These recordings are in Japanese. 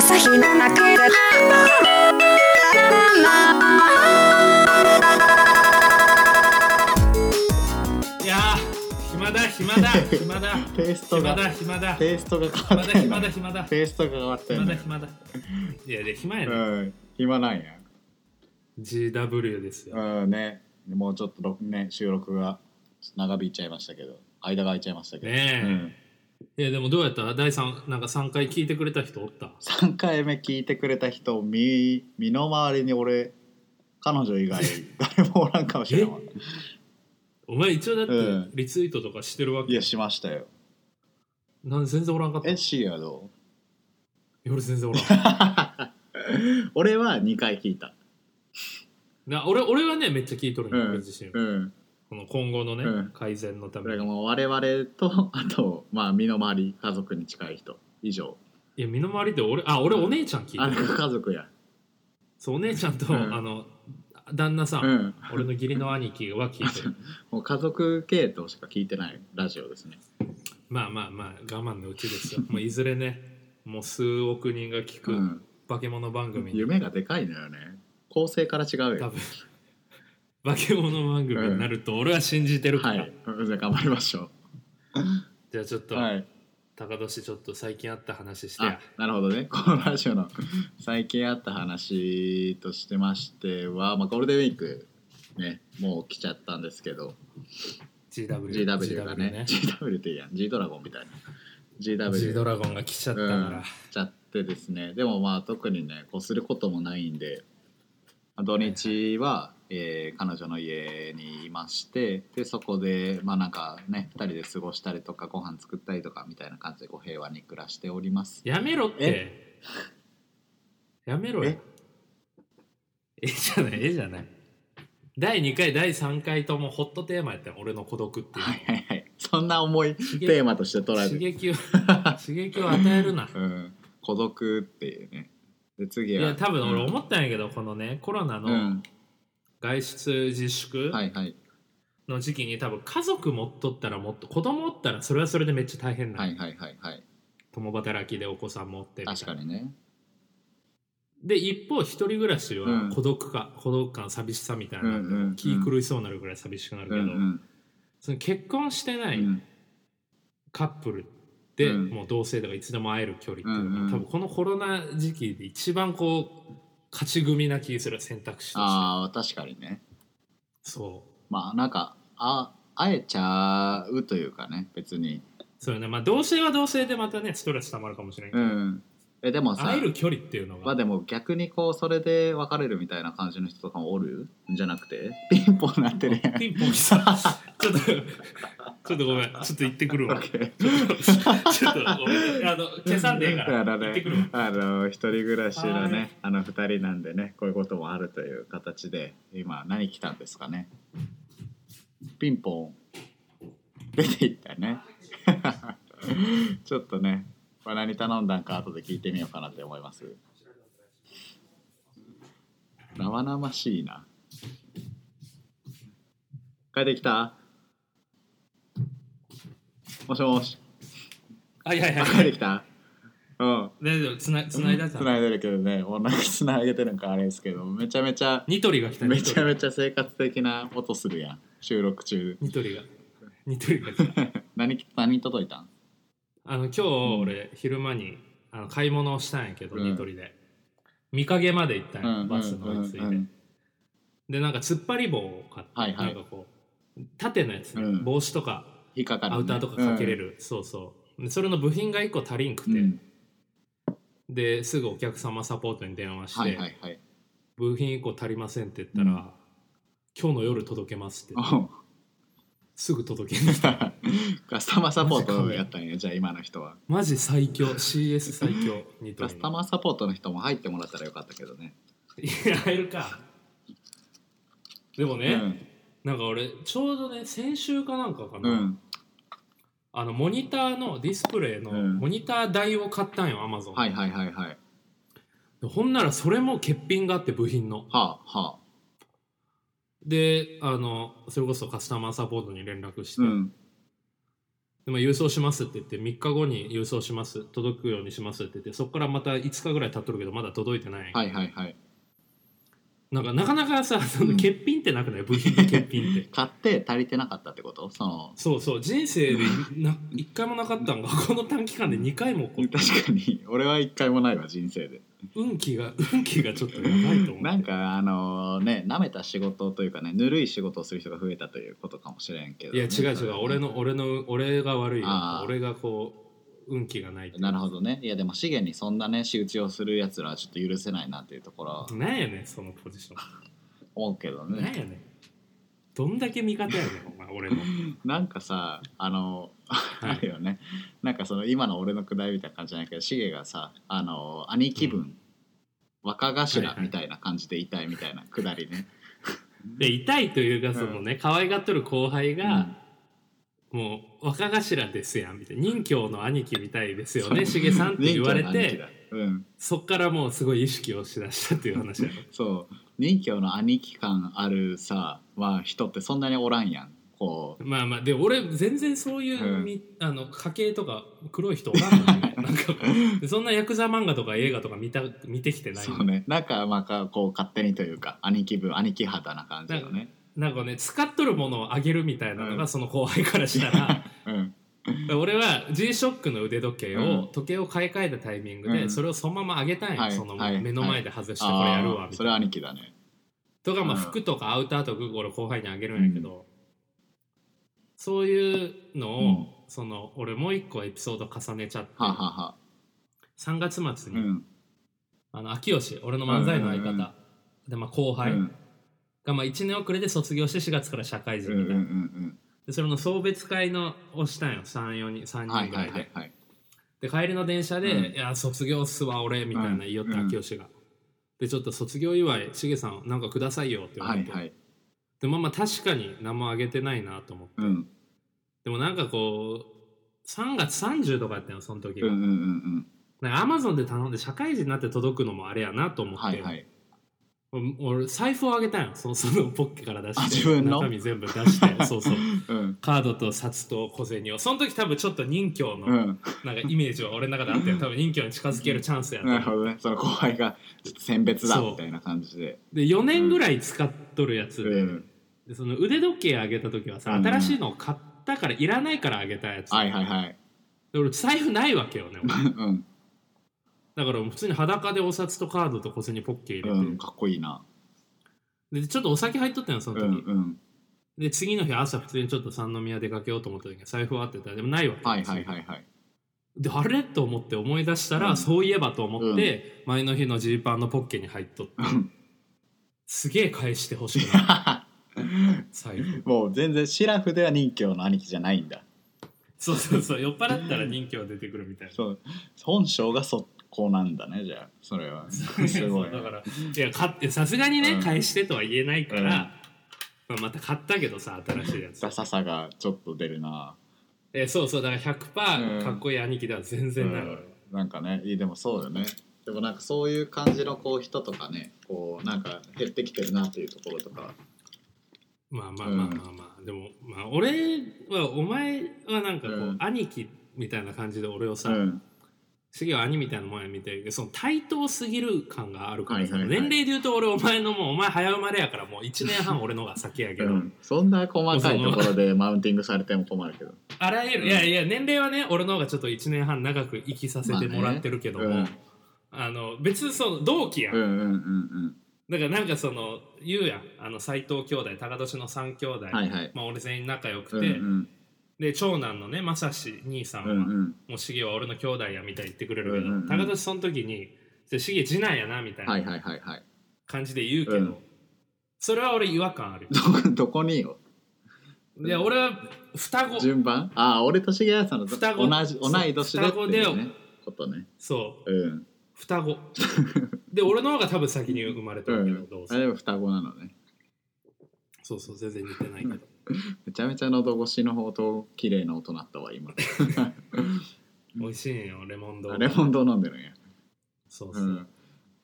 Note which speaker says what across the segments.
Speaker 1: 朝日の中で
Speaker 2: いやー暇だ暇 だ暇だ
Speaker 3: テイスト
Speaker 2: 暇だ
Speaker 3: が
Speaker 2: 暇だ
Speaker 3: テイストが変
Speaker 2: 暇
Speaker 3: わ
Speaker 2: だ暇だ
Speaker 3: ったよな
Speaker 2: 暇だ
Speaker 3: テイストが変わったよ
Speaker 2: 暇だ
Speaker 3: ね
Speaker 2: 暇だいやいや暇やね
Speaker 3: うん暇なんや
Speaker 2: GW ですよ
Speaker 3: うんねもうちょっと録ね収録が長引いちゃいましたけど間が空いちゃいましたけど、
Speaker 2: ねえ
Speaker 3: うん、
Speaker 2: いやでもどうやった第三なんか三回聞いてくれた人おった
Speaker 3: 3回目聞いてくれた人身身の回りに俺彼 女以外誰もおらんかもしれない
Speaker 2: お前一応だって
Speaker 3: うん
Speaker 2: リツイートとかしてるわ
Speaker 3: い
Speaker 2: け
Speaker 3: やしましたよ
Speaker 2: なんで全然おらんかった
Speaker 3: えシーはど
Speaker 2: 俺全 然おらん
Speaker 3: う俺は2回聞いた
Speaker 2: な俺俺はねめっちゃ聞いとるんよ
Speaker 3: うん
Speaker 2: 俺自身
Speaker 3: うん
Speaker 2: この今後の
Speaker 3: う
Speaker 2: ね
Speaker 3: ん
Speaker 2: 改善のた
Speaker 3: だか
Speaker 2: め
Speaker 3: ら
Speaker 2: に
Speaker 3: もう我々とあとまあ身の回り家族に近い人以上
Speaker 2: いや身の回りで俺あ俺お姉ちゃん聞
Speaker 3: あ
Speaker 2: い
Speaker 3: れ
Speaker 2: てる
Speaker 3: が家族や
Speaker 2: そうお姉ちゃんと
Speaker 3: うん
Speaker 2: あの旦那さ
Speaker 3: うんん
Speaker 2: 俺の義理の兄貴は聞いてる
Speaker 3: もう家族系統しか聞いてないラジオですね
Speaker 2: まあまあまあ我慢のうち ですよ。もういずれね、もう数億人が聞
Speaker 3: う
Speaker 2: く
Speaker 3: ん
Speaker 2: 化け物番組に、
Speaker 3: 夢がでかいのよね構成から違う
Speaker 2: 多分
Speaker 3: よ
Speaker 2: 化け物番組になると俺は信じてるか
Speaker 3: は
Speaker 2: ら。
Speaker 3: い じゃあ頑張りましょ
Speaker 2: じゃあちょっと、
Speaker 3: うはい
Speaker 2: 高年ちょっと最近あった話して
Speaker 3: あ
Speaker 2: や。
Speaker 3: なるほどね このラジオの最近あった話としてましては、まあ、ゴールデンウィークねもう来ちゃったんですけど
Speaker 2: GW。
Speaker 3: GW がね GW っていいやん G ドラゴンみたいな
Speaker 2: G
Speaker 3: GW
Speaker 2: ドラゴンが来ちゃったから。
Speaker 3: ちゃってですねでもまあ特にねこうすることもないんで土日は、えー彼女の家にいましてでそこでまあなんかね2人で過ごしたりとかご飯作ったりとかみたいな感じでこう平和に暮らしております
Speaker 2: やめろって。やめろよ
Speaker 3: え。
Speaker 2: えじゃない、えじゃない。第2回、第3回ともホットテーマやったよ俺の孤独っていう。
Speaker 3: はいはいはいそんな重い
Speaker 2: 刺激
Speaker 3: テーマとして捉え
Speaker 2: 刺
Speaker 3: て
Speaker 2: 激を 刺激を与えるな。
Speaker 3: うん、孤独っていうねで次
Speaker 2: い
Speaker 3: は
Speaker 2: や多分俺
Speaker 3: うん
Speaker 2: 思ったんやけど、このねコロナ
Speaker 3: う
Speaker 2: の
Speaker 3: ん、
Speaker 2: 外出自粛
Speaker 3: はいはい
Speaker 2: の時期に多分家族持っとったらもっと子供おったらそれはそれでめっちゃ大変な、
Speaker 3: はいはいはいはい
Speaker 2: 共働きでお子さん持ってみたいな
Speaker 3: 確かにね
Speaker 2: で一方一人暮らし
Speaker 3: う
Speaker 2: は
Speaker 3: ん
Speaker 2: 孤独か、孤独感寂しさみたいな、
Speaker 3: うんうんうん
Speaker 2: 気狂いそうになるぐらい寂しくなるけ
Speaker 3: う
Speaker 2: ど、
Speaker 3: ん
Speaker 2: その結婚してな
Speaker 3: う
Speaker 2: い
Speaker 3: ん
Speaker 2: カップルで、
Speaker 3: うん
Speaker 2: もう同性とかいつでも会える距離っていうのが、
Speaker 3: うんうん
Speaker 2: 多分このコロナ時期で一番こう勝ち組な気する選択肢として
Speaker 3: ああ確かにね
Speaker 2: そう
Speaker 3: まあなんかあ会えちゃうというかね別に
Speaker 2: そうよねまあ同性は同性でまたねストレスたまるかもしれんけ
Speaker 3: う
Speaker 2: ど、
Speaker 3: んえでもさ
Speaker 2: 会える距離っていうの
Speaker 3: まあ
Speaker 2: が
Speaker 3: でも逆にこうそれで別れるみたいな感じの人とかもおるんじゃなくてピンポンなってるやん
Speaker 2: ピンポンさ ちょっとちょっとごめんちょっと行ってくる わちょっとちょっとごめんあの消さんでええから
Speaker 3: だ
Speaker 2: 行ってくるわ
Speaker 3: ね、あの一人暮らしの
Speaker 2: はい
Speaker 3: ねあの二人なんでねこういうこともあるという形で今何来たんですかねピンポン出ていったね ちょっとね、まあ、何頼んだんか後で聞いてみようかなって思います生々しいな帰ってきたもしもし
Speaker 2: あいやいやい
Speaker 3: 帰っ
Speaker 2: や
Speaker 3: てきたうん
Speaker 2: 大丈夫つなつないだじゃ
Speaker 3: つ
Speaker 2: ん
Speaker 3: ないでるけどねもうなんかつなげてるんかあれですけどめちゃめちゃ
Speaker 2: ニトリが来た
Speaker 3: めちゃめ
Speaker 2: ゃ
Speaker 3: ちゃ生活的な音するやん収録中
Speaker 2: ニトリがニトリが来た
Speaker 3: 何何届いたん
Speaker 2: あの今日俺昼間にあの買い物をしたんやけど、
Speaker 3: うん
Speaker 2: ニトリで見陰まで行ったんや、
Speaker 3: うん
Speaker 2: バス乗り継いで、
Speaker 3: うんうん
Speaker 2: でなんか突っ張り棒を買って、
Speaker 3: はいはい
Speaker 2: なんかこう縦のやつね、
Speaker 3: うん
Speaker 2: 帽子とか
Speaker 3: 引っかかる、ね、
Speaker 2: アウターとかかけれる、そうそうでそれの部品が1個足りんく
Speaker 3: う
Speaker 2: て、
Speaker 3: ん、うん
Speaker 2: ですぐお客様サポートに電話して、
Speaker 3: はいはいはい
Speaker 2: 部品1個足りませんって言ったら、
Speaker 3: うん
Speaker 2: 今日の夜届けますって言って
Speaker 3: おう
Speaker 2: すぐ届けに来た
Speaker 3: カスタマーサポートやったんやじゃあ今の人は
Speaker 2: マジ最強 CS 最強ニト
Speaker 3: カ
Speaker 2: リ
Speaker 3: スタマーサポートの人も入ってもらったらよかったけどね
Speaker 2: いや入るかでもね、
Speaker 3: うん
Speaker 2: なんか俺ちょうどね先週かなんかか
Speaker 3: う
Speaker 2: な、
Speaker 3: ん
Speaker 2: あのモニターのディスプレイの
Speaker 3: うん
Speaker 2: モニター台を買ったんよアマゾン
Speaker 3: はいはいはいはいは
Speaker 2: ほんならそれも欠品があって部品の
Speaker 3: あはあ
Speaker 2: であのそれこそカスタマーサポートに連絡して、
Speaker 3: うん
Speaker 2: でまあ郵送しますって言って3日後に郵送します届くようにしますって言ってそこからまた5日ぐらい経っとるけどまだ届いてない、
Speaker 3: はいはいはい
Speaker 2: なんかなかなかさその
Speaker 3: うん
Speaker 2: 欠品ってなくない部品で欠品って
Speaker 3: 買って足りてなかったってことその
Speaker 2: そうそう人生でな1回もなかったんがこの短期間で2回も起こ
Speaker 3: 確
Speaker 2: った
Speaker 3: かに俺は一回もないわ人生で
Speaker 2: 運気が運気がちょっとやばいと思う
Speaker 3: なんかあのねなめた仕事というかねぬるい仕事をする人が増えたということかもしれんけど
Speaker 2: い
Speaker 3: ね、
Speaker 2: や違う違う俺の俺の俺が悪いよ
Speaker 3: あー
Speaker 2: 俺がこう運気がない
Speaker 3: なるほどねいやでも資源にそんなね仕打ちをするやつらはちょっと許せないなっていうところは
Speaker 2: なんやねんそのポジショ
Speaker 3: 思うけど
Speaker 2: ンなん
Speaker 3: ね
Speaker 2: やねんどんだけ味方やねん お前俺の
Speaker 3: なんかさあの、
Speaker 2: い
Speaker 3: あるよねなんかその今の俺のくだりみたいな感じじゃないけどシゲがさあの兄貴分、若
Speaker 2: は
Speaker 3: 頭
Speaker 2: いはい
Speaker 3: みたいな感じでいたいみたいなくだりね、
Speaker 2: で痛いというかそのね可愛がっとる後輩
Speaker 3: う
Speaker 2: が
Speaker 3: ん
Speaker 2: もう若頭ですやんみたいな任教の兄貴みたいですよ
Speaker 3: そう
Speaker 2: ねしげさんって言われ
Speaker 3: 任侠の兄貴
Speaker 2: て
Speaker 3: だうん
Speaker 2: そっからもうすごい意識をしだしたっていう話や ろ
Speaker 3: そう任侠の兄貴感あるさ、まあ、人ってそんなにおらんやんこう
Speaker 2: まあまあで俺全然そういうみ、あの家系とか黒い人おらんのよね なんかでそんなヤクザ漫画とか映画とか見た見てきてない
Speaker 3: そうねなんかまあこう勝手にというか兄貴分兄貴肌な感じのね
Speaker 2: なんかね使っとるものをあげるみたいなの
Speaker 3: う
Speaker 2: が
Speaker 3: ん
Speaker 2: その後輩からしたら
Speaker 3: うん
Speaker 2: 俺は G ショックの腕時計を、
Speaker 3: うん
Speaker 2: 時計を買い替えたタイミングで、
Speaker 3: うん
Speaker 2: それをそのままあげたい、
Speaker 3: はい
Speaker 2: その
Speaker 3: はい
Speaker 2: 目の前で外してこれやるわ
Speaker 3: ああ
Speaker 2: みた
Speaker 3: そ
Speaker 2: い
Speaker 3: れ
Speaker 2: な、
Speaker 3: は兄貴だね
Speaker 2: とかまあ
Speaker 3: うん
Speaker 2: 服とかアウターとか俺後輩にあげるんやけど、そういうのを、
Speaker 3: うん
Speaker 2: その俺もう一個エピソード重ねちゃって、
Speaker 3: はあ、はあはあ
Speaker 2: 3月末
Speaker 3: う
Speaker 2: に、
Speaker 3: ん
Speaker 2: あの秋吉俺の漫才の相方、
Speaker 3: うんうんうん
Speaker 2: でまあ後輩
Speaker 3: うん
Speaker 2: がまあ1年遅れで卒業して4月から社会人
Speaker 3: うん
Speaker 2: み
Speaker 3: う
Speaker 2: た
Speaker 3: ん
Speaker 2: いな、
Speaker 3: うん
Speaker 2: でそれの送別会のをしたんよ34人3
Speaker 3: うんはい
Speaker 2: 人ぐら
Speaker 3: はいい
Speaker 2: で、
Speaker 3: はいはい
Speaker 2: で帰りの電車で「
Speaker 3: うん
Speaker 2: いや卒業っすわ俺」みたいな言いよった
Speaker 3: うん
Speaker 2: 秋吉が、でちょっと卒業祝いしげさんなんかくださいよって言わ
Speaker 3: は
Speaker 2: れ
Speaker 3: い
Speaker 2: て、
Speaker 3: はい
Speaker 2: でまあまあ確かに何もあげてないなと思って、
Speaker 3: うん
Speaker 2: でもなんかこう3月30とかやったよその時
Speaker 3: うんうんうん
Speaker 2: アマゾンで頼んで社会人になって届くのもあれやなと
Speaker 3: う
Speaker 2: 思っ
Speaker 3: ん
Speaker 2: て、
Speaker 3: はいはい
Speaker 2: 俺俺財布をあげたんよその そのポッケから出して
Speaker 3: あ自分の
Speaker 2: 中身全部出 してそうそう
Speaker 3: うん
Speaker 2: カードと札と小銭をその時多分ちょっと任教の、
Speaker 3: うん
Speaker 2: なんかイメージは俺の中であったよ多分任教に近づけるチャンスやと
Speaker 3: なる
Speaker 2: 思う
Speaker 3: ほどねその後輩がちょっと選別だ
Speaker 2: そう
Speaker 3: みたいな感じで
Speaker 2: で4年ぐらい使っとるやつ
Speaker 3: う
Speaker 2: で,、
Speaker 3: ん
Speaker 2: でその腕時計あげた時はさ、
Speaker 3: うん
Speaker 2: 新しいのを買ったからいらないからあげたやつ、
Speaker 3: はいはいはい
Speaker 2: で俺財布ないわけよね俺
Speaker 3: うん
Speaker 2: だから普通に裸でお札とカードと小銭ポッケ入れて、
Speaker 3: うんかっこいいな
Speaker 2: でちょっとお酒入っとったよその
Speaker 3: うん
Speaker 2: 時、
Speaker 3: うん
Speaker 2: で次の日朝普通にちょっと三宮出かけようと思った時に財布はあってたらでもないわけ
Speaker 3: はいはいはいはい
Speaker 2: であれと思って思い出したら、
Speaker 3: うん
Speaker 2: そういえばと思って、前の日のジーパンのポッケに入っとって、
Speaker 3: うん
Speaker 2: すげえ返してほしくなる財布
Speaker 3: もう全然シラフでは任侠の兄貴じゃないんだ
Speaker 2: そうそうそう酔っ払ったら人気は出てくるみたいな
Speaker 3: そう本性がそこなんだねじゃあ それはすごい、
Speaker 2: そうだからいや買ってさすがにね、
Speaker 3: うん
Speaker 2: 返してとは言えないから、
Speaker 3: うん
Speaker 2: まあ、また買ったけどさ新しいやつ
Speaker 3: ダサさがちょっと出るな、
Speaker 2: えーそうそうだから100%、
Speaker 3: うん
Speaker 2: かっこいい兄貴では全然ない、
Speaker 3: うんなんかねいいでもそうよねでもなんかそういう感じのこう人とかねこうなんか減ってきてるなっていうところとか
Speaker 2: まあまあまあまあまあ、でもまあ俺はお前はなんかこう、
Speaker 3: うん
Speaker 2: 兄貴みたいな感じで俺をさ、
Speaker 3: うん
Speaker 2: 次は兄みたいなもんやみたいでその対等すぎる感があるからさ、
Speaker 3: はいはいはい
Speaker 2: 年齢で言うと俺お前のもうお前早生まれやからもう1年半俺のが先やけ
Speaker 3: う
Speaker 2: ど、
Speaker 3: ん、そんな細かいところでマウンティングされても困るけど、
Speaker 2: あらゆるいやいや年齢はね俺の方がちょっと1年半長く生きさせてもらってるけども、
Speaker 3: まあね
Speaker 2: あの別にその同期やん、
Speaker 3: うんうんうんうん
Speaker 2: だからなんかその言うやんあの斎藤兄弟高年の3兄弟、
Speaker 3: はいはい
Speaker 2: まあ、俺全員仲良
Speaker 3: う
Speaker 2: く
Speaker 3: ん
Speaker 2: て、
Speaker 3: うん
Speaker 2: で長男のね正志兄さん
Speaker 3: う
Speaker 2: は、
Speaker 3: ん
Speaker 2: も
Speaker 3: うん
Speaker 2: う茂は俺の兄弟やみたいに言ってくれるけど、
Speaker 3: うんうんうん
Speaker 2: 高年その時に「じゃあ茂次男やな」みたい
Speaker 3: は
Speaker 2: ない
Speaker 3: はいはい はい
Speaker 2: 感じで言うけど、
Speaker 3: うん
Speaker 2: それは俺違和感ある
Speaker 3: どどこによ
Speaker 2: いや俺は双子
Speaker 3: 順番ああ俺と重谷さんの
Speaker 2: 双
Speaker 3: 同
Speaker 2: 子
Speaker 3: じ同い年でってい
Speaker 2: 双
Speaker 3: う
Speaker 2: 子
Speaker 3: ね
Speaker 2: で
Speaker 3: ことね
Speaker 2: そう
Speaker 3: うん
Speaker 2: 双子で俺の方が多分先に生まれて
Speaker 3: う
Speaker 2: るけど、
Speaker 3: ん
Speaker 2: どう、せ
Speaker 3: あれは双子なのね
Speaker 2: そうそう全然似てないけど
Speaker 3: めちゃめちゃ喉越しの方と綺麗な音なったわ今
Speaker 2: 美味しいんよレモンド
Speaker 3: あレモンド飲んでるんや
Speaker 2: そう
Speaker 3: う
Speaker 2: そう、
Speaker 3: ん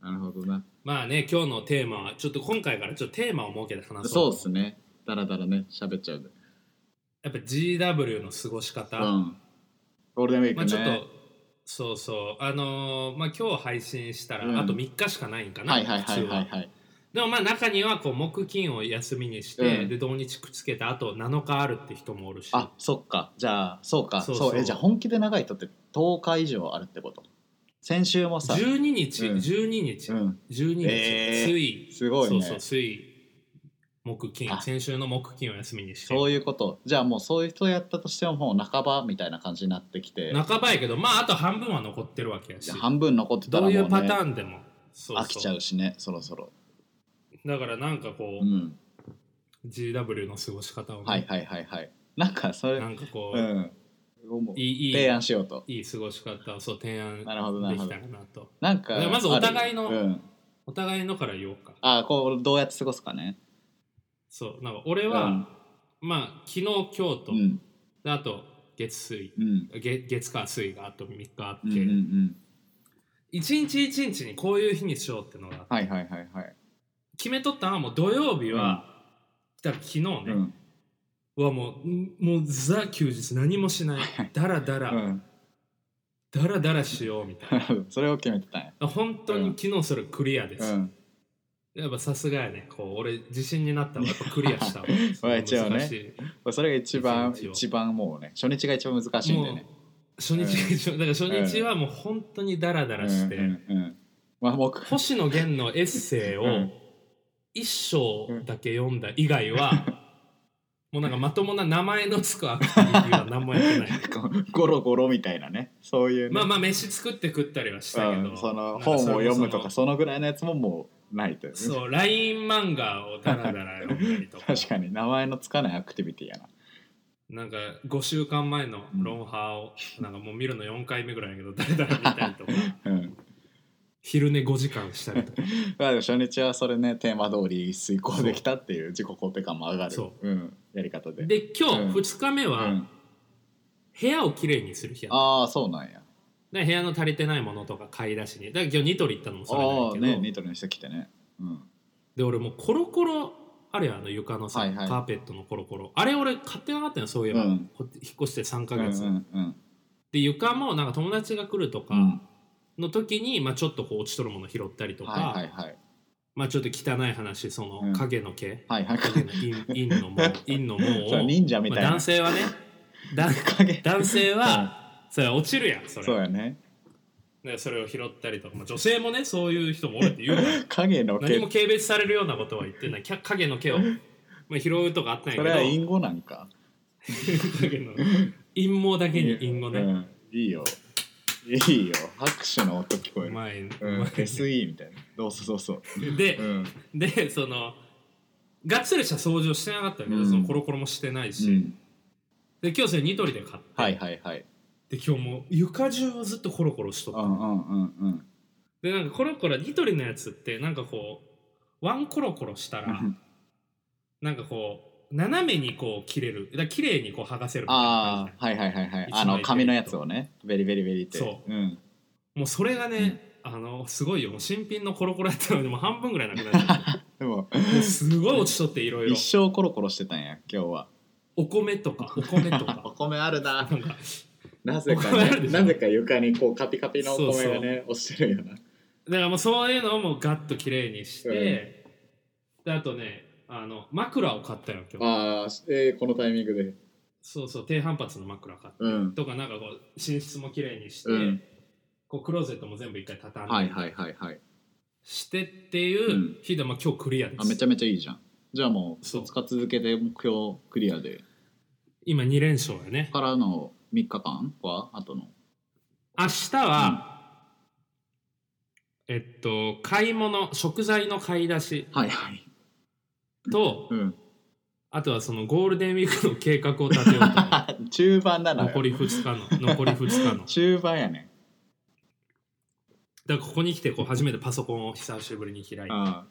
Speaker 3: なるほどな
Speaker 2: まあね今日のテーマはちょっと今回からちょっとテーマを設けて話そう
Speaker 3: そうですねだらだらね喋っちゃう
Speaker 2: やっぱ GW の過ごし方、
Speaker 3: うん、ゴールデンウィー
Speaker 2: ま
Speaker 3: ク
Speaker 2: あ、ちょっと、
Speaker 3: ね、
Speaker 2: そうそうあのーまあ今日配信したら、
Speaker 3: うん
Speaker 2: あと3日しかないんかな、
Speaker 3: はいはいはいはい
Speaker 2: 普通は
Speaker 3: はい
Speaker 2: でもまあ中にはこう木金を休みにして、
Speaker 3: うん
Speaker 2: で土日くっつけたあと7日あるって人もおるし
Speaker 3: あそっかじゃあそうかそ
Speaker 2: そううそう
Speaker 3: えじゃあ本気で長い人って10日以上あるってこと先週もさ、
Speaker 2: 12日、
Speaker 3: うん
Speaker 2: 12日、
Speaker 3: うん、
Speaker 2: 12日、
Speaker 3: えー
Speaker 2: 水
Speaker 3: すごい
Speaker 2: そ
Speaker 3: ね
Speaker 2: うそう水木
Speaker 3: あ
Speaker 2: 金先週の木金を休みにして
Speaker 3: そういうことじゃあもうそういう人やったとしてももう半ばみたいな感じになってきて
Speaker 2: 半ばやけどまああと半分は残ってるわけやし
Speaker 3: で半分残ってた
Speaker 2: ど
Speaker 3: らも
Speaker 2: う
Speaker 3: う、
Speaker 2: い
Speaker 3: ね、
Speaker 2: うパターンでもそうそう
Speaker 3: 飽きちゃうしねそろそろ、
Speaker 2: だからなんかこう、
Speaker 3: うん、
Speaker 2: GW の過ごし方をね、
Speaker 3: はいはいはいはいなんかそれ
Speaker 2: なんかこう、
Speaker 3: うん思う
Speaker 2: いいいい
Speaker 3: 提案しようと
Speaker 2: いい過ごし方をそう提案で
Speaker 3: なるほどなるほ
Speaker 2: き
Speaker 3: ど
Speaker 2: たらなと
Speaker 3: なんか
Speaker 2: まずお互いの
Speaker 3: あるうん、
Speaker 2: お互いのから言おうか
Speaker 3: あこうどうやって過ごすかね
Speaker 2: そうなんか俺
Speaker 3: う
Speaker 2: は
Speaker 3: ん、
Speaker 2: まあ昨日今日と、
Speaker 3: うん
Speaker 2: であと月水
Speaker 3: うん
Speaker 2: 月月火水があと3日あって、
Speaker 3: うんうんうん
Speaker 2: 一日一日にこういう日にしようってのが
Speaker 3: はいはいはいはい、
Speaker 2: 決めとったのはもう土曜日は、だから昨日ね、
Speaker 3: うん
Speaker 2: はもうんもうザ休日何もしないダラダラ、
Speaker 3: うん、
Speaker 2: ダラダラしようみたいな
Speaker 3: それを決めてたんや、
Speaker 2: 本当に昨日それクリアで
Speaker 3: う
Speaker 2: す、
Speaker 3: ん、
Speaker 2: やっぱさすがやねこう俺自信になったわやっぱクリア したわその
Speaker 3: 一応ね
Speaker 2: 難しい
Speaker 3: それが一番
Speaker 2: 一日を
Speaker 3: 一番もうね初日が一番難しいん
Speaker 2: も
Speaker 3: で
Speaker 2: う
Speaker 3: ね
Speaker 2: 初日が一緒だから初日はもう本当にダラダ
Speaker 3: うん
Speaker 2: ラして、
Speaker 3: うんうんまあ僕
Speaker 2: 星野源のエッセイ
Speaker 3: う
Speaker 2: を
Speaker 3: ん
Speaker 2: 一章だけ読んだ以外は、もうなんかまともな名前のつくアクティビティは何もやって ない
Speaker 3: ゴロゴロみたいなねそういうね
Speaker 2: まあまあ飯作って食ったりはしたけど、
Speaker 3: うん、そ
Speaker 2: な
Speaker 3: の
Speaker 2: んか
Speaker 3: 本を
Speaker 2: それこそ
Speaker 3: 読むとかそのぐらいのやつももうないというね
Speaker 2: そう LINE 漫画をダラダラ読んだりとか
Speaker 3: 確かに名前のつかないアクティビティやな
Speaker 2: なんか5週間前の「ロンハーを」なんかもう見るの4回目ぐらいやけどダラダラ見たり とか
Speaker 3: うん
Speaker 2: 昼寝5時間したりとか
Speaker 3: まあでも初日はそれねテーマ通り遂行できたっていう自己肯定感も上がる、
Speaker 2: そう
Speaker 3: ん、やり方で
Speaker 2: で今日
Speaker 3: うん
Speaker 2: 2日目
Speaker 3: う
Speaker 2: は
Speaker 3: ん、
Speaker 2: 部屋をきれいにする日やった
Speaker 3: ああそうなんや
Speaker 2: で部屋の足りてないものとか買い出しにだから今日ニトリ行ったのもそれ
Speaker 3: ああ
Speaker 2: だけ
Speaker 3: ね
Speaker 2: ど、
Speaker 3: ニトリの人来てね、うん、
Speaker 2: で俺もうコロコロあるやんあの床のさ、
Speaker 3: はいはい
Speaker 2: カーペットのコロコロあれ俺買ってなかったよそういえば、
Speaker 3: うん
Speaker 2: こ引っ越して3ヶ
Speaker 3: うんうん
Speaker 2: 月、
Speaker 3: うん
Speaker 2: で床もなんか友達が来ると
Speaker 3: う
Speaker 2: か
Speaker 3: ん
Speaker 2: の時に、まあ、ちょっとこう落ちとるもの拾ったりとか、
Speaker 3: はいはいはい
Speaker 2: まあ、ちょっと汚い話そ
Speaker 3: うん
Speaker 2: の影の毛、
Speaker 3: はいはい
Speaker 2: 影の陰陰の毛 陰の毛
Speaker 3: そう
Speaker 2: を、
Speaker 3: 忍者み
Speaker 2: まあ
Speaker 3: たいな、
Speaker 2: 男性は ねだ
Speaker 3: 影
Speaker 2: 男性は、それ落ちるやんそれ
Speaker 3: そうやね
Speaker 2: でそれを拾ったりとか、まあ、女性もねそういう人もおるって言う から
Speaker 3: 影の
Speaker 2: 何
Speaker 3: 毛
Speaker 2: も軽蔑されるようなことは言ってないきゃ影の毛を、まあ、拾うとかあったん
Speaker 3: そ
Speaker 2: や
Speaker 3: れは
Speaker 2: けど
Speaker 3: 隠語なんか
Speaker 2: 影の陰謀だけに隠語
Speaker 3: う
Speaker 2: ね、
Speaker 3: ん、いいよいいよ拍手の音聞こえ
Speaker 2: う
Speaker 3: る
Speaker 2: まいう
Speaker 3: うん
Speaker 2: まい
Speaker 3: SE みたいなどうぞどうぞ、
Speaker 2: で
Speaker 3: う、ん
Speaker 2: でそのがっつりした掃除をしてなかったけど、
Speaker 3: うん
Speaker 2: そのコロコロもしてないし、
Speaker 3: うん、
Speaker 2: で今日それニトリで買って、
Speaker 3: はいはいはい
Speaker 2: で今日もう床中をずっとコロコロしとっ
Speaker 3: う
Speaker 2: た、
Speaker 3: んうんうんうん
Speaker 2: でなんかコロコロニトリのやつってなんかこうワンコロコロしたらなんかこう斜めにこう切れるだから綺麗にこう剥がせるみたいな感
Speaker 3: あ
Speaker 2: じ
Speaker 3: あはいはいはいはい
Speaker 2: 一枚
Speaker 3: あの紙のやつをねベリベリベリって、
Speaker 2: そう
Speaker 3: ん、
Speaker 2: もうそれがね、あのすごいよもう新品のコロコロやったのにもう半分ぐらいなくなっちゃっ
Speaker 3: でも
Speaker 2: てもうすごい落ちとっていろいろ
Speaker 3: 一生コロコロしてたんや今日は
Speaker 2: お米とかお米と
Speaker 3: お
Speaker 2: か
Speaker 3: 米あ る
Speaker 2: な
Speaker 3: な
Speaker 2: んか
Speaker 3: なぜか
Speaker 2: お米あ
Speaker 3: ね
Speaker 2: るでしょ
Speaker 3: なぜか床にこうカピカピのお米がね落ちてるよな
Speaker 2: だからもうそういうのをもうガッと綺麗にして、であとねあの枕を買ったよ今日
Speaker 3: ああえーこのタイミングで
Speaker 2: そうそう低反発の枕買った
Speaker 3: うん
Speaker 2: とかなんかこう寝室も綺麗にして、
Speaker 3: うん
Speaker 2: こうクローゼットも全部一回畳んで、
Speaker 3: はいはいはいはい
Speaker 2: してっていう日で、まあ、今日クリアで
Speaker 3: あめ
Speaker 2: す
Speaker 3: ちゃめちゃいいじゃんじゃあもう
Speaker 2: そう
Speaker 3: 2日続けて目標クリアで
Speaker 2: 今2連勝やね
Speaker 3: ここからの3日間はあとの
Speaker 2: 明日は、えっと買い物食材の買い出し
Speaker 3: はいはい
Speaker 2: と、
Speaker 3: うん
Speaker 2: あとはそのゴールデンウィークの計画を立 てようと思う
Speaker 3: 中盤だな
Speaker 2: 残り2日の残り2日の
Speaker 3: 中盤やね
Speaker 2: だからここに来てこう初めてパソコンを久しぶりに開いて
Speaker 3: あ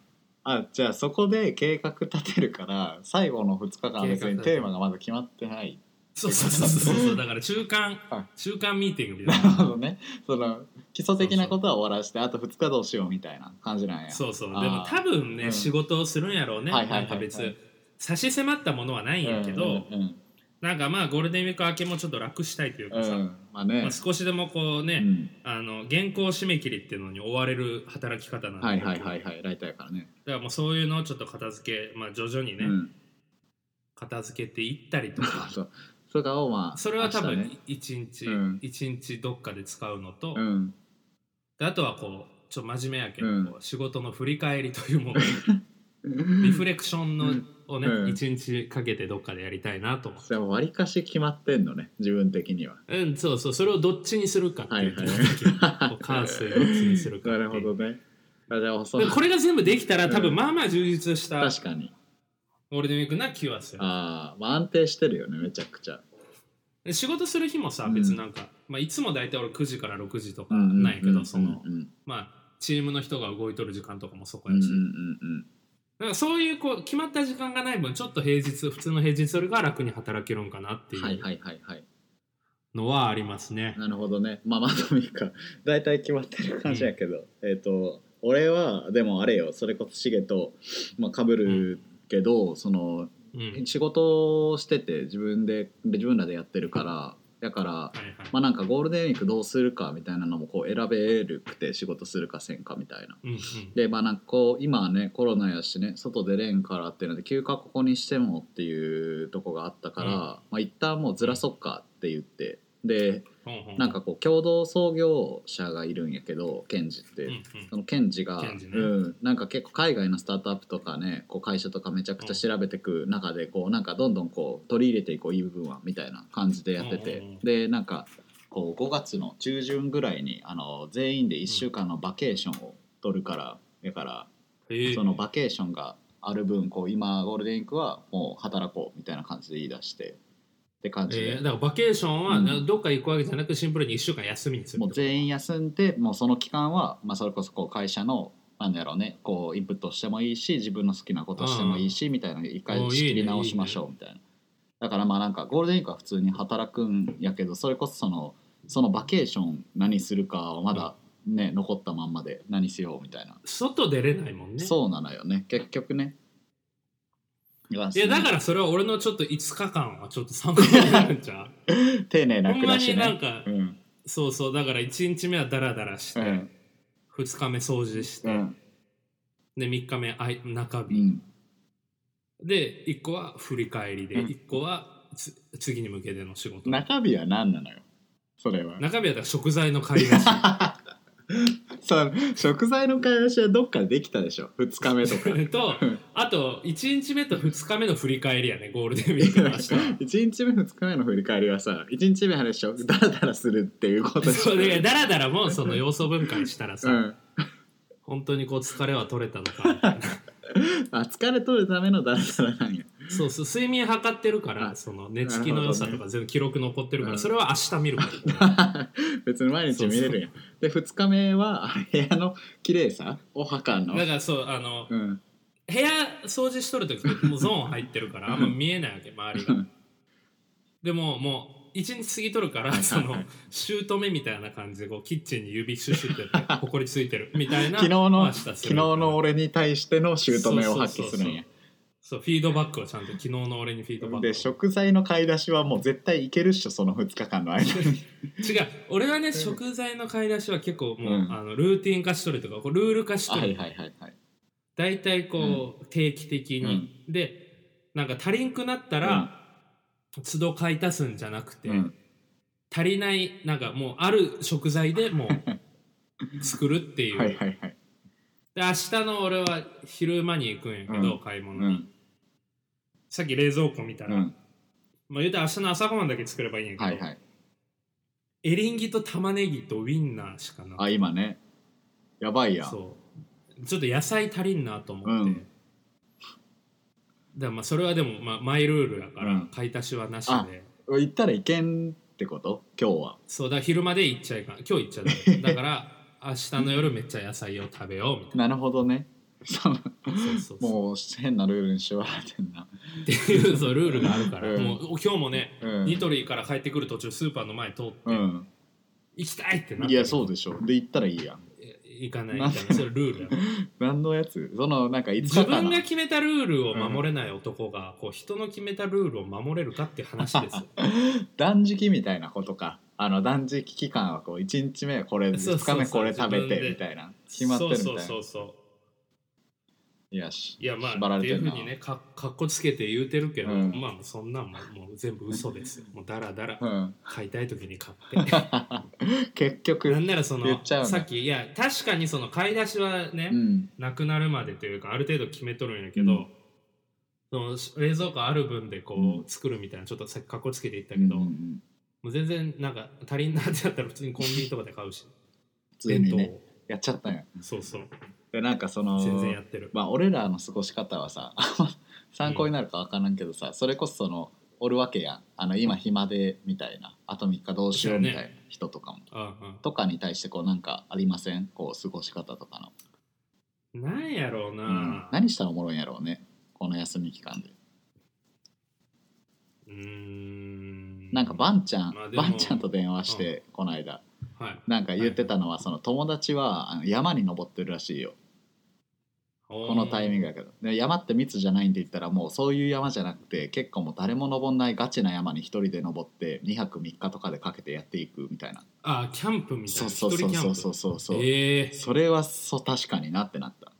Speaker 3: あじゃあそこで計画立てるから最後の2日間は別にテーマがまだ決まってない
Speaker 2: そうそうそうそうそうだから中間
Speaker 3: は
Speaker 2: 中間ミーティングみ
Speaker 3: な
Speaker 2: たい
Speaker 3: る
Speaker 2: な
Speaker 3: ほどねその基礎的なことは終わらしてあと2日どうしようみたいな感じなんや
Speaker 2: そうそう
Speaker 3: あー
Speaker 2: でも多分ね、
Speaker 3: うん
Speaker 2: 仕事をするんやろうね、
Speaker 3: はいはいはいはい
Speaker 2: なんか別差し迫ったものはないんやけど、
Speaker 3: うんうんうん
Speaker 2: なんかまあゴールデンウィーク明けもちょっと楽したいという
Speaker 3: う
Speaker 2: かさ、
Speaker 3: んまあね、
Speaker 2: まあ、少しでもこう
Speaker 3: う
Speaker 2: ね、
Speaker 3: ん、
Speaker 2: あの原稿締め切りっていうのに追われる働き方なんで、
Speaker 3: はいはいはいはいライターやからね
Speaker 2: だからもうそういうのをちょっと片付け、まあ、徐々にね、
Speaker 3: うん
Speaker 2: 片付けていったりと
Speaker 3: そう
Speaker 2: か
Speaker 3: そうそれをまあ
Speaker 2: それは多
Speaker 3: 明日ね
Speaker 2: 分一日
Speaker 3: うん
Speaker 2: 一、日どっかで使うのと、
Speaker 3: うん
Speaker 2: であとはこうちょっと真面目やけど、
Speaker 3: うん
Speaker 2: こう仕事の振り返りというものリフレクションの、
Speaker 3: うん
Speaker 2: をね
Speaker 3: うん
Speaker 2: 一、日かけてどっかでやりたいなと思う
Speaker 3: それは割りかし決まってんのね自分的には
Speaker 2: うんそうそうそれをどっちにするかって
Speaker 3: はいいう
Speaker 2: と
Speaker 3: は
Speaker 2: ころ
Speaker 3: い
Speaker 2: こ う関数どっちにするかっ
Speaker 3: な
Speaker 2: ていう
Speaker 3: るほどねあじゃあそ
Speaker 2: で
Speaker 3: う
Speaker 2: これが全部できたら多
Speaker 3: う
Speaker 2: 分
Speaker 3: ん
Speaker 2: まあまあ充実した
Speaker 3: 確かに
Speaker 2: ゴールデンウィークな気はする
Speaker 3: あー、まあ安定してるよねめちゃくちゃ
Speaker 2: で仕事する日もさ
Speaker 3: うん
Speaker 2: 別になんか、まあ、いつも大体俺9時から6時とか
Speaker 3: うんうんうん
Speaker 2: ないけどその
Speaker 3: うんうん
Speaker 2: まあチームの人が動いとる時間とかもそこ
Speaker 3: うんう
Speaker 2: や
Speaker 3: ん
Speaker 2: し、
Speaker 3: うん
Speaker 2: なんかそういうこう決まった時間がない分ちょっと平日普通の平日よりが楽に働けるんかなって
Speaker 3: う
Speaker 2: い
Speaker 3: んはいうはいはいはい
Speaker 2: のはありますね、
Speaker 3: なるほどねまあまあでもいいか大体決まってる感じやけど、えっ、と俺はでもあれよそれこそシゲとまあ、被るけど、その
Speaker 2: うんはい
Speaker 3: 仕事をしてて自分でで自分らでやってるからだから
Speaker 2: はい、
Speaker 3: まあなんかゴールデンウィークどうするかみたいなのもこう選べるくて仕事するかせんかみたいな。
Speaker 2: うんうん
Speaker 3: でまあなんかこう今はねコロナやしね外出れんからっていうので休暇ここにしてもっていうとこがあったから、
Speaker 2: うん
Speaker 3: まあ一旦もうずらそっかって言ってで
Speaker 2: ほんほん
Speaker 3: なんかこう共同創業者がいるんやけどケンジって。
Speaker 2: うんうん
Speaker 3: そのケンジが
Speaker 2: ケンジね
Speaker 3: うん、なんか結構海外のスタートアップとかねこう会社とかめちゃくちゃ調べてく中でこうなんかどんどんこう取り入れていこういい部分はみたいな感じでやってて、
Speaker 2: うんうんうん
Speaker 3: でなんかこう5月の中旬ぐらいにあの全員で1週間のバケーションを取るからだから
Speaker 2: えー
Speaker 3: そのバケーションがある分こう今ゴールデンウィークはもう働こうみたいな感じで言い出してって感じで
Speaker 2: えー、だからバケーションは、
Speaker 3: うん
Speaker 2: どっか行くわけじゃなくシンプルに1週間休みにする
Speaker 3: もう全員休んでもうその期間は、まあ、それこそこう会社のなんだろうねこうインプットしてもいいし自分の好きなことしてもいいしみたいなの一回
Speaker 2: おー
Speaker 3: 仕切
Speaker 2: いい
Speaker 3: り
Speaker 2: ね
Speaker 3: 直しましょうみたいなだからまあなんかゴールデンウィークは普通に働くんやけどそれこそそのそのバケーション何するかはまだね残ったまんまで何しようみたいな、
Speaker 2: 外出れないもんね
Speaker 3: そうなのよね結局ねいや
Speaker 2: いやだかららそれは俺のちょっと5日間はちょっと参考になるんち ゃ
Speaker 3: 丁寧
Speaker 2: う
Speaker 3: な
Speaker 2: ほん
Speaker 3: 暮
Speaker 2: ま
Speaker 3: らし
Speaker 2: になん
Speaker 3: ね
Speaker 2: か、
Speaker 3: うん
Speaker 2: そうそうだから1日目はダラダラして、
Speaker 3: う
Speaker 2: 二
Speaker 3: ん
Speaker 2: 2日目掃除して、
Speaker 3: うん
Speaker 2: で3日目あい中
Speaker 3: う
Speaker 2: 日、
Speaker 3: ん
Speaker 2: で1個は振り返りで、
Speaker 3: うん
Speaker 2: 1個はつ次に向けての仕事
Speaker 3: 中日は何なのよそれは
Speaker 2: 中日はだから食材の買い出し
Speaker 3: さ食材の買い出しはどっかでできたでしょ2日目とか
Speaker 2: と
Speaker 3: うん
Speaker 2: あと1日目と2日目の振り返りやねゴールデンウィークの明 日は
Speaker 3: 1日目2日目の振り返りはさ1日目あれでしょダラダラするっていうことでし
Speaker 2: そ
Speaker 3: ょ
Speaker 2: うだからダラダラもその要素分解したらさ、
Speaker 3: うん、
Speaker 2: 本当にこう疲れは取れたのかみ たいな
Speaker 3: あ疲れ取るためのダラダラなんや
Speaker 2: そうそう睡眠測ってるか
Speaker 3: あ
Speaker 2: らその寝つきの良さとか全部記録残ってるか
Speaker 3: う
Speaker 2: ら
Speaker 3: ん
Speaker 2: それは明日見るから
Speaker 3: 別に毎日見れるやんで2日目は部屋の綺麗さを測るの
Speaker 2: だからそうあの
Speaker 3: うん
Speaker 2: 部屋掃除しとる時もうゾーン入ってるからあんま見えないわけ周り
Speaker 3: う
Speaker 2: が
Speaker 3: ん
Speaker 2: でももう一日過ぎとるから
Speaker 3: はい
Speaker 2: その
Speaker 3: はい
Speaker 2: 姑みたいな感じでこうキッチンに指シュシュってや ってほこりついてるみたいな
Speaker 3: 昨日
Speaker 2: 明
Speaker 3: の
Speaker 2: 日する
Speaker 3: 昨日の俺に対しての姑を発揮するんや
Speaker 2: そうフィードバックをちゃんと昨日の俺にフィードバックを
Speaker 3: で食材の買い出しはもう絶対いけるっしょその2日間の間に
Speaker 2: 違う俺はね食材の買い出しは結構もう、
Speaker 3: うん
Speaker 2: あのルーティン化しとるとかこうルール化しとる、
Speaker 3: はいはいはい
Speaker 2: 大体こう、定期的に、でなんか足りんくなったら、都度買い足すんじゃなくて、
Speaker 3: うん
Speaker 2: 足りないなんかもうある食材でも う作るっていう、
Speaker 3: はいはいはい
Speaker 2: で明日の俺は昼間に行くんやけど、
Speaker 3: うん
Speaker 2: 買いう物に、
Speaker 3: ん
Speaker 2: さっき冷蔵庫見た
Speaker 3: う
Speaker 2: ら、
Speaker 3: ん
Speaker 2: まあ言うたら明日の朝ごはんだけ作ればいいんやけど、
Speaker 3: はいはい
Speaker 2: エリンギと玉ねぎとウインナーしかなくて
Speaker 3: あ今ねやばいやん
Speaker 2: そうちょっと野菜足りんなと思って、
Speaker 3: うん
Speaker 2: だからまあそれはでも、まあ、マイルールだから、
Speaker 3: うん
Speaker 2: 買い足しはなし
Speaker 3: あ
Speaker 2: で
Speaker 3: 行ったらいけんってこと今日は
Speaker 2: そうだから昼まで行っちゃいかん今日行っちゃ ダメだから明日の夜めっちゃ野菜を食べようみたい
Speaker 3: なるほどねその
Speaker 2: なそうそうそう
Speaker 3: もう変なルールに縛られてんな
Speaker 2: っていうそうルールがあるから、
Speaker 3: うん
Speaker 2: もう今日もね、
Speaker 3: うん
Speaker 2: ニトリから帰ってくる途中スーパーの前通って、
Speaker 3: うん
Speaker 2: 行きたいってなった
Speaker 3: いやそうでしょで行ったらいいやん
Speaker 2: いいかないみたいなそれルールだから
Speaker 3: 何のやつそのなんかいつ
Speaker 2: 自
Speaker 3: かか
Speaker 2: 分
Speaker 3: な
Speaker 2: が決めたルールを守れない男が、こう人の決めたルールを守れるかって話ですよ
Speaker 3: 断食みたいなことかあの断食期間はこう1日目はこれ
Speaker 2: そうそうそう
Speaker 3: 2日目これ食べ
Speaker 2: 自分
Speaker 3: て
Speaker 2: で
Speaker 3: みたいな 決まってるみたいな
Speaker 2: そうそうそうそう
Speaker 3: いやし
Speaker 2: いやま
Speaker 3: 縛
Speaker 2: あ
Speaker 3: ら
Speaker 2: っ
Speaker 3: れ
Speaker 2: てい
Speaker 3: て
Speaker 2: うんふう
Speaker 3: な
Speaker 2: にねかかっこつけて言うてるけど、
Speaker 3: うん
Speaker 2: まあそんなんももう全部嘘ですよもうダラダラ
Speaker 3: うん
Speaker 2: 買いたい時に買って
Speaker 3: 結局
Speaker 2: なんならそ
Speaker 3: 言っちゃう
Speaker 2: の
Speaker 3: の
Speaker 2: さっきいや確かにその買い出しはね、
Speaker 3: うん
Speaker 2: なくなるまでというかある程度決めとるんやけど、
Speaker 3: うん
Speaker 2: その冷蔵庫ある分でこう、
Speaker 3: うん
Speaker 2: 作るみたいなちょっとさっきかっこつけて言った
Speaker 3: だ
Speaker 2: けど、もう全然なんか足りんなってなったら普通にコンビニとかで買うし
Speaker 3: 普通にね
Speaker 2: を
Speaker 3: やっちゃったんや
Speaker 2: そうそう
Speaker 3: でなんかその
Speaker 2: 全然やってる
Speaker 3: まあ俺らの過ごし方はさ あんま参考になるか分からんけどさ、それこそそのおるわけやんあの今暇でみたいなあと3日どうしようみたいな人とかも、
Speaker 2: ああ
Speaker 3: とかに対してこうなんかありませんこう過ごし方とかの、
Speaker 2: なんやろう
Speaker 3: う
Speaker 2: な、
Speaker 3: ん、何したらおもろいんやろうねこの休み期間で
Speaker 2: うーん
Speaker 3: なんかバンちゃん、
Speaker 2: まあでも
Speaker 3: バンちゃんと電話して、この間
Speaker 2: はい
Speaker 3: なんか言ってたのは、その友達はあの山に登ってるらしいよこ
Speaker 2: こ
Speaker 3: のタイミングやけどで山って密じゃないんで言ったらもうそういう山じゃなくて結構もう誰も登んないガチな山に一人で登って2泊3日とかでかけてやっていくみたいな
Speaker 2: あキャンプみたい
Speaker 3: そう
Speaker 2: な
Speaker 3: そうそうそうそう
Speaker 2: 一人キャンプ
Speaker 3: そうそう、
Speaker 2: ええ
Speaker 3: それはそう確かになってなった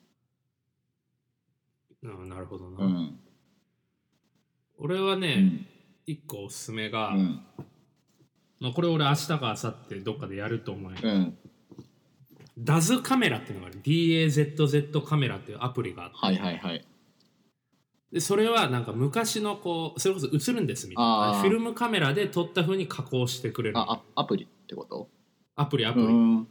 Speaker 2: うんなるほどな、
Speaker 3: うん
Speaker 2: 俺は
Speaker 3: う
Speaker 2: ね、
Speaker 3: ん
Speaker 2: 一個おすすめが、
Speaker 3: うん
Speaker 2: まあ、これ俺明日か明後日どっかでやると思う、んやけ
Speaker 3: う
Speaker 2: ど
Speaker 3: ん
Speaker 2: ダズカメラっていうのがある DAZZ カメラっていうアプリがあって、
Speaker 3: はいはいはい
Speaker 2: でそれはなんか昔のこうそれこそ映るんですみたい
Speaker 3: あ
Speaker 2: な
Speaker 3: ー
Speaker 2: フィルムカメラで撮った風に加工してくれる
Speaker 3: あアアプリってこと
Speaker 2: アプリアプ
Speaker 3: う
Speaker 2: リ、
Speaker 3: ん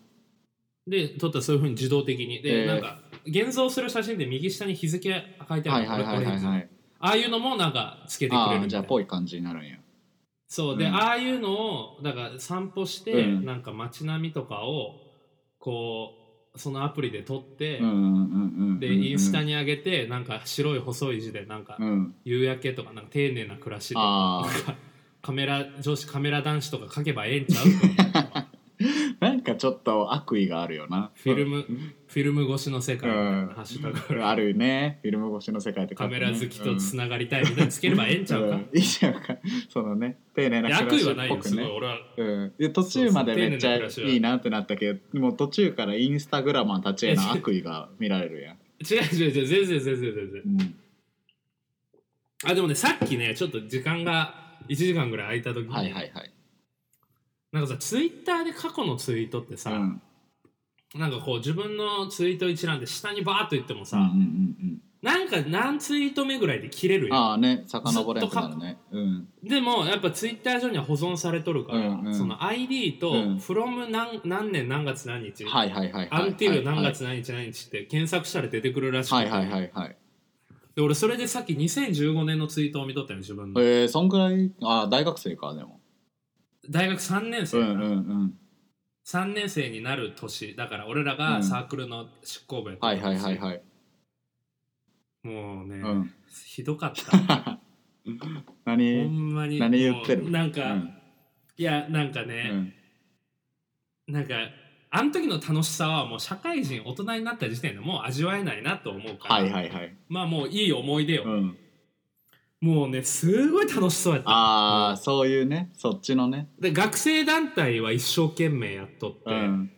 Speaker 2: で撮ったらそういう風に自動的にで、
Speaker 3: えー
Speaker 2: なんか現像する写真で右下に日付が書いてあ
Speaker 3: は
Speaker 2: る
Speaker 3: いはいはい
Speaker 2: こ
Speaker 3: は
Speaker 2: れ
Speaker 3: い
Speaker 2: これ
Speaker 3: はい
Speaker 2: ああいうのもなんかつけてく
Speaker 3: あ
Speaker 2: れる
Speaker 3: あ
Speaker 2: み
Speaker 3: じ
Speaker 2: たい
Speaker 3: ゃあ
Speaker 2: な
Speaker 3: ぽい感じになるんや
Speaker 2: そうで、
Speaker 3: うん
Speaker 2: ああいうのをだから散歩して、
Speaker 3: うん
Speaker 2: なんか街並みとかをこうそのアプリで撮って、
Speaker 3: うんうんうんうん
Speaker 2: でインスタ
Speaker 3: に
Speaker 2: に上げてなんか白い細い字でなんか
Speaker 3: うん
Speaker 2: 夕焼けとかなんか丁寧な暮らしとか
Speaker 3: あー
Speaker 2: なんかカメラ女子カメラ男子とか書けばええんちゃうと思って
Speaker 3: なんかちょっと悪意があるよな
Speaker 2: フィルムフィルム越しの世界みたいな
Speaker 3: うん
Speaker 2: ハッシュタグ
Speaker 3: あるねフィルム越しの世界って書
Speaker 2: カ
Speaker 3: いて
Speaker 2: メ
Speaker 3: ね
Speaker 2: ラ好きとつながりたいみたいなのつければええんちゃうか、
Speaker 3: んいいじゃんかそのね丁寧ない
Speaker 2: や悪
Speaker 3: 暮ら
Speaker 2: 意
Speaker 3: し
Speaker 2: は
Speaker 3: っ
Speaker 2: ない
Speaker 3: ぽ
Speaker 2: よ
Speaker 3: く
Speaker 2: すごい
Speaker 3: ね
Speaker 2: 俺は
Speaker 3: うん、で途中までめっち
Speaker 2: そ
Speaker 3: ゃ
Speaker 2: うそう丁寧な暮らしはい
Speaker 3: いなってなったけどもう途中からインスタグラマーたちへの悪意が見られるやん、
Speaker 2: 違う違う違う全然全然全然
Speaker 3: うん、
Speaker 2: あでもねさっきねちょっと時間が1時間ぐらい空いた時に、
Speaker 3: はいはいはい、
Speaker 2: なんかさツイッターで過去のツイートってさ、
Speaker 3: うん、
Speaker 2: なんかこう自分のツイート一覧で下にバーっと言ってもさ、
Speaker 3: うんうんうん
Speaker 2: なんか何ツイート目ぐらいで切れる
Speaker 3: うん
Speaker 2: よ
Speaker 3: ああね遡れんくなるねうん
Speaker 2: でもやっぱツイッター上には保存されとるから、
Speaker 3: うんうん
Speaker 2: その ID と、
Speaker 3: うん
Speaker 2: from 何何年何月何日、
Speaker 3: はいはいはいはい
Speaker 2: アンティル何月
Speaker 3: は
Speaker 2: 何日何日って検索したら出てくるらしくて、
Speaker 3: いはいはいはい
Speaker 2: で俺それでさっき2015年のツイートを見とったよ自分の、
Speaker 3: えー、そんくらいああ大学生かでも
Speaker 2: 大学3年
Speaker 3: う
Speaker 2: 生
Speaker 3: ん
Speaker 2: か
Speaker 3: う
Speaker 2: な、
Speaker 3: んうん
Speaker 2: 3年生になる年だから俺ら
Speaker 3: う
Speaker 2: が
Speaker 3: ん
Speaker 2: サークルの執行部やった
Speaker 3: は
Speaker 2: ん
Speaker 3: い
Speaker 2: です
Speaker 3: はいはいはい、
Speaker 2: もうね、
Speaker 3: うん、
Speaker 2: ひどかった ほ
Speaker 3: 何
Speaker 2: んまに
Speaker 3: 何言ってる
Speaker 2: もうなんか、
Speaker 3: うん
Speaker 2: いやなんか
Speaker 3: う
Speaker 2: ね、
Speaker 3: ん
Speaker 2: なんかあの時の楽しさはもう社会人大人になった時点でもう味わえないなと思うから、
Speaker 3: はいはいはい
Speaker 2: まあもういい思い出よ、
Speaker 3: うん
Speaker 2: もうねすごい楽しそうやった
Speaker 3: ああそういうねそっちのね
Speaker 2: で学生団体は一生懸命やっとって、
Speaker 3: うん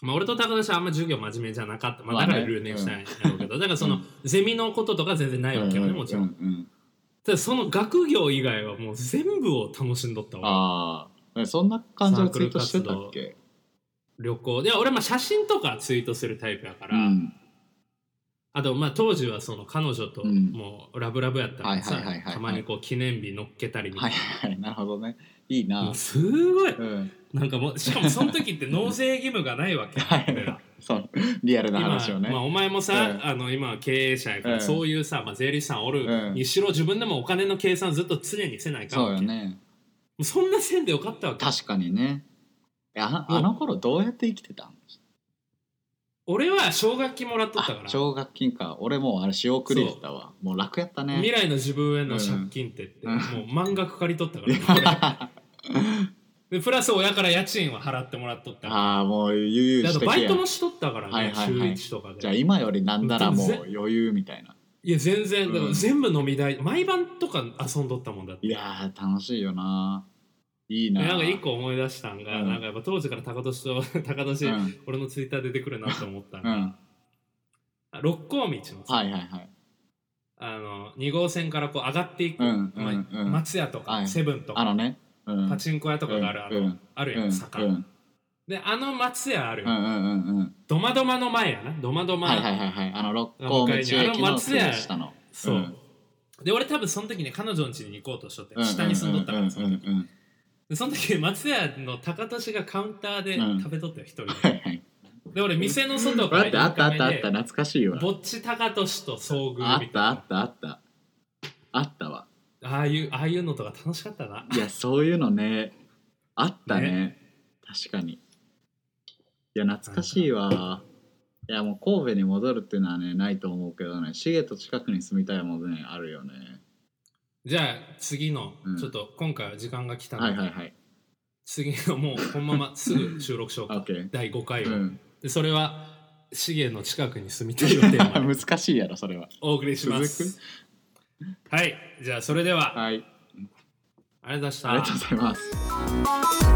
Speaker 2: まあ、俺と高田さんあんま授業真面目じゃなかった、ま
Speaker 3: ま
Speaker 2: あ、
Speaker 3: あ
Speaker 2: だか
Speaker 3: ね
Speaker 2: ら留年したんやろうけど、だからその、ゼミのこととか全然ないわけよね、もちろん、
Speaker 3: うんうんうん
Speaker 2: ただその学業以外はもう全部を楽しんどったわ
Speaker 3: ああそんな感じのツイートしてたっけ
Speaker 2: 旅行で俺まあ写真とかツイートするタイプやか
Speaker 3: う
Speaker 2: ら、
Speaker 3: ん
Speaker 2: あとまあ当時はその彼女と
Speaker 3: うん
Speaker 2: もうラブラブやったから
Speaker 3: は
Speaker 2: さ
Speaker 3: いはいはいはいはい
Speaker 2: たまにこう記念日乗っけたりみた
Speaker 3: はいいはいなるほどねいい
Speaker 2: な、も
Speaker 3: な
Speaker 2: うすごい
Speaker 3: うん
Speaker 2: なんかもうしかもその時って納税義務がないわけよ
Speaker 3: はい
Speaker 2: 俺ら
Speaker 3: そうリアルな
Speaker 2: 今
Speaker 3: 話をね
Speaker 2: まあ、お前もさ、
Speaker 3: うん
Speaker 2: あの今は経営者やから、
Speaker 3: うん
Speaker 2: そういうさ、まあ、税理士さんお
Speaker 3: う
Speaker 2: る
Speaker 3: ん
Speaker 2: にしろ自分でもお金の計算ずっと常にせないかん
Speaker 3: そう
Speaker 2: わ
Speaker 3: よ
Speaker 2: けも
Speaker 3: ね
Speaker 2: うそんな線でよかったわけ
Speaker 3: 確かにねえあのあの頃どうやって生きてたん
Speaker 2: 俺は奨学金もらっとったか
Speaker 3: あ
Speaker 2: ら
Speaker 3: 奨学金か俺もうあれ仕送りしてたわもう楽やった
Speaker 2: 未
Speaker 3: ね
Speaker 2: 来の自分への借金ってって、
Speaker 3: うん
Speaker 2: もう満額借りとったか
Speaker 3: い
Speaker 2: ら、
Speaker 3: や
Speaker 2: ね俺でプラス親から家賃は払ってもらっとった
Speaker 3: ああもう悠
Speaker 2: で
Speaker 3: 々
Speaker 2: あ
Speaker 3: し
Speaker 2: と
Speaker 3: て
Speaker 2: バ
Speaker 3: け
Speaker 2: イ
Speaker 3: や
Speaker 2: トもしとったからね、
Speaker 3: はいはいはい
Speaker 2: 週1とかで
Speaker 3: じゃあ今よりなんならもう余裕みたいない
Speaker 2: や全然だか
Speaker 3: う
Speaker 2: ら
Speaker 3: ん
Speaker 2: 全部飲み代、毎晩とか遊んどったもんだって
Speaker 3: いやー楽しいよないいな
Speaker 2: なんか一個思い出したんが、
Speaker 3: うん
Speaker 2: なんかやっぱ当時から高年と 高
Speaker 3: う
Speaker 2: 年、
Speaker 3: ん、
Speaker 2: 俺のツイッター出てくるなと思ったん
Speaker 3: う
Speaker 2: が、
Speaker 3: ん、
Speaker 2: 六甲道のさ、
Speaker 3: はいはいはい
Speaker 2: あの2号線からこう上がっていく、
Speaker 3: うんうんうん
Speaker 2: まあ松屋とか、
Speaker 3: はい
Speaker 2: セブンと
Speaker 3: あ
Speaker 2: か
Speaker 3: のね、うん、
Speaker 2: パチンコ屋とかがある、あの
Speaker 3: うん
Speaker 2: あるやん、
Speaker 3: うん
Speaker 2: 坂、
Speaker 3: うん
Speaker 2: であの松屋ある
Speaker 3: う
Speaker 2: よ、
Speaker 3: んうんうんうん
Speaker 2: ドマドマの前やなドマドマ、
Speaker 3: はいはいはいはいあの六甲道駅のすぐ下の
Speaker 2: そう、
Speaker 3: うん
Speaker 2: で俺多分その時ね彼女の家に行こうとしとって、
Speaker 3: うん
Speaker 2: 下に住んどったから、
Speaker 3: うん
Speaker 2: そ
Speaker 3: うんう
Speaker 2: の
Speaker 3: ん
Speaker 2: 時
Speaker 3: うん
Speaker 2: でその時松屋の高年がカウンターで
Speaker 3: うん
Speaker 2: 食べとったよ一人
Speaker 3: はいはい
Speaker 2: で俺店の外から
Speaker 3: 待ってあったあったあっ
Speaker 2: インカ
Speaker 3: た
Speaker 2: メで
Speaker 3: 懐かしいわ
Speaker 2: ぼっち高年と遭遇み
Speaker 3: あ
Speaker 2: たい
Speaker 3: ったあ
Speaker 2: な
Speaker 3: ったあったあったわ
Speaker 2: ああいうああいうのとか楽しかったない
Speaker 3: やそういうのねあったね確かにいや懐かしいわいやもう神戸に戻るっていうのはねないと思うけどねシゲと近くに住みたいもんねあるよね
Speaker 2: じゃあ次の、
Speaker 3: うん
Speaker 2: ちょっと今回は時間が来たので、
Speaker 3: はいはいはい
Speaker 2: 次のもうこのまますぐ収録しよう
Speaker 3: オッ
Speaker 2: か
Speaker 3: ケー
Speaker 2: 第5回を、
Speaker 3: うん、
Speaker 2: でそれは資源の近くに住みたいをテーマに
Speaker 3: 難しいやろそれは
Speaker 2: お送りしま
Speaker 3: 続
Speaker 2: すはいじゃあそれでは、
Speaker 3: はい
Speaker 2: ありがとうございました
Speaker 3: ありがとうございます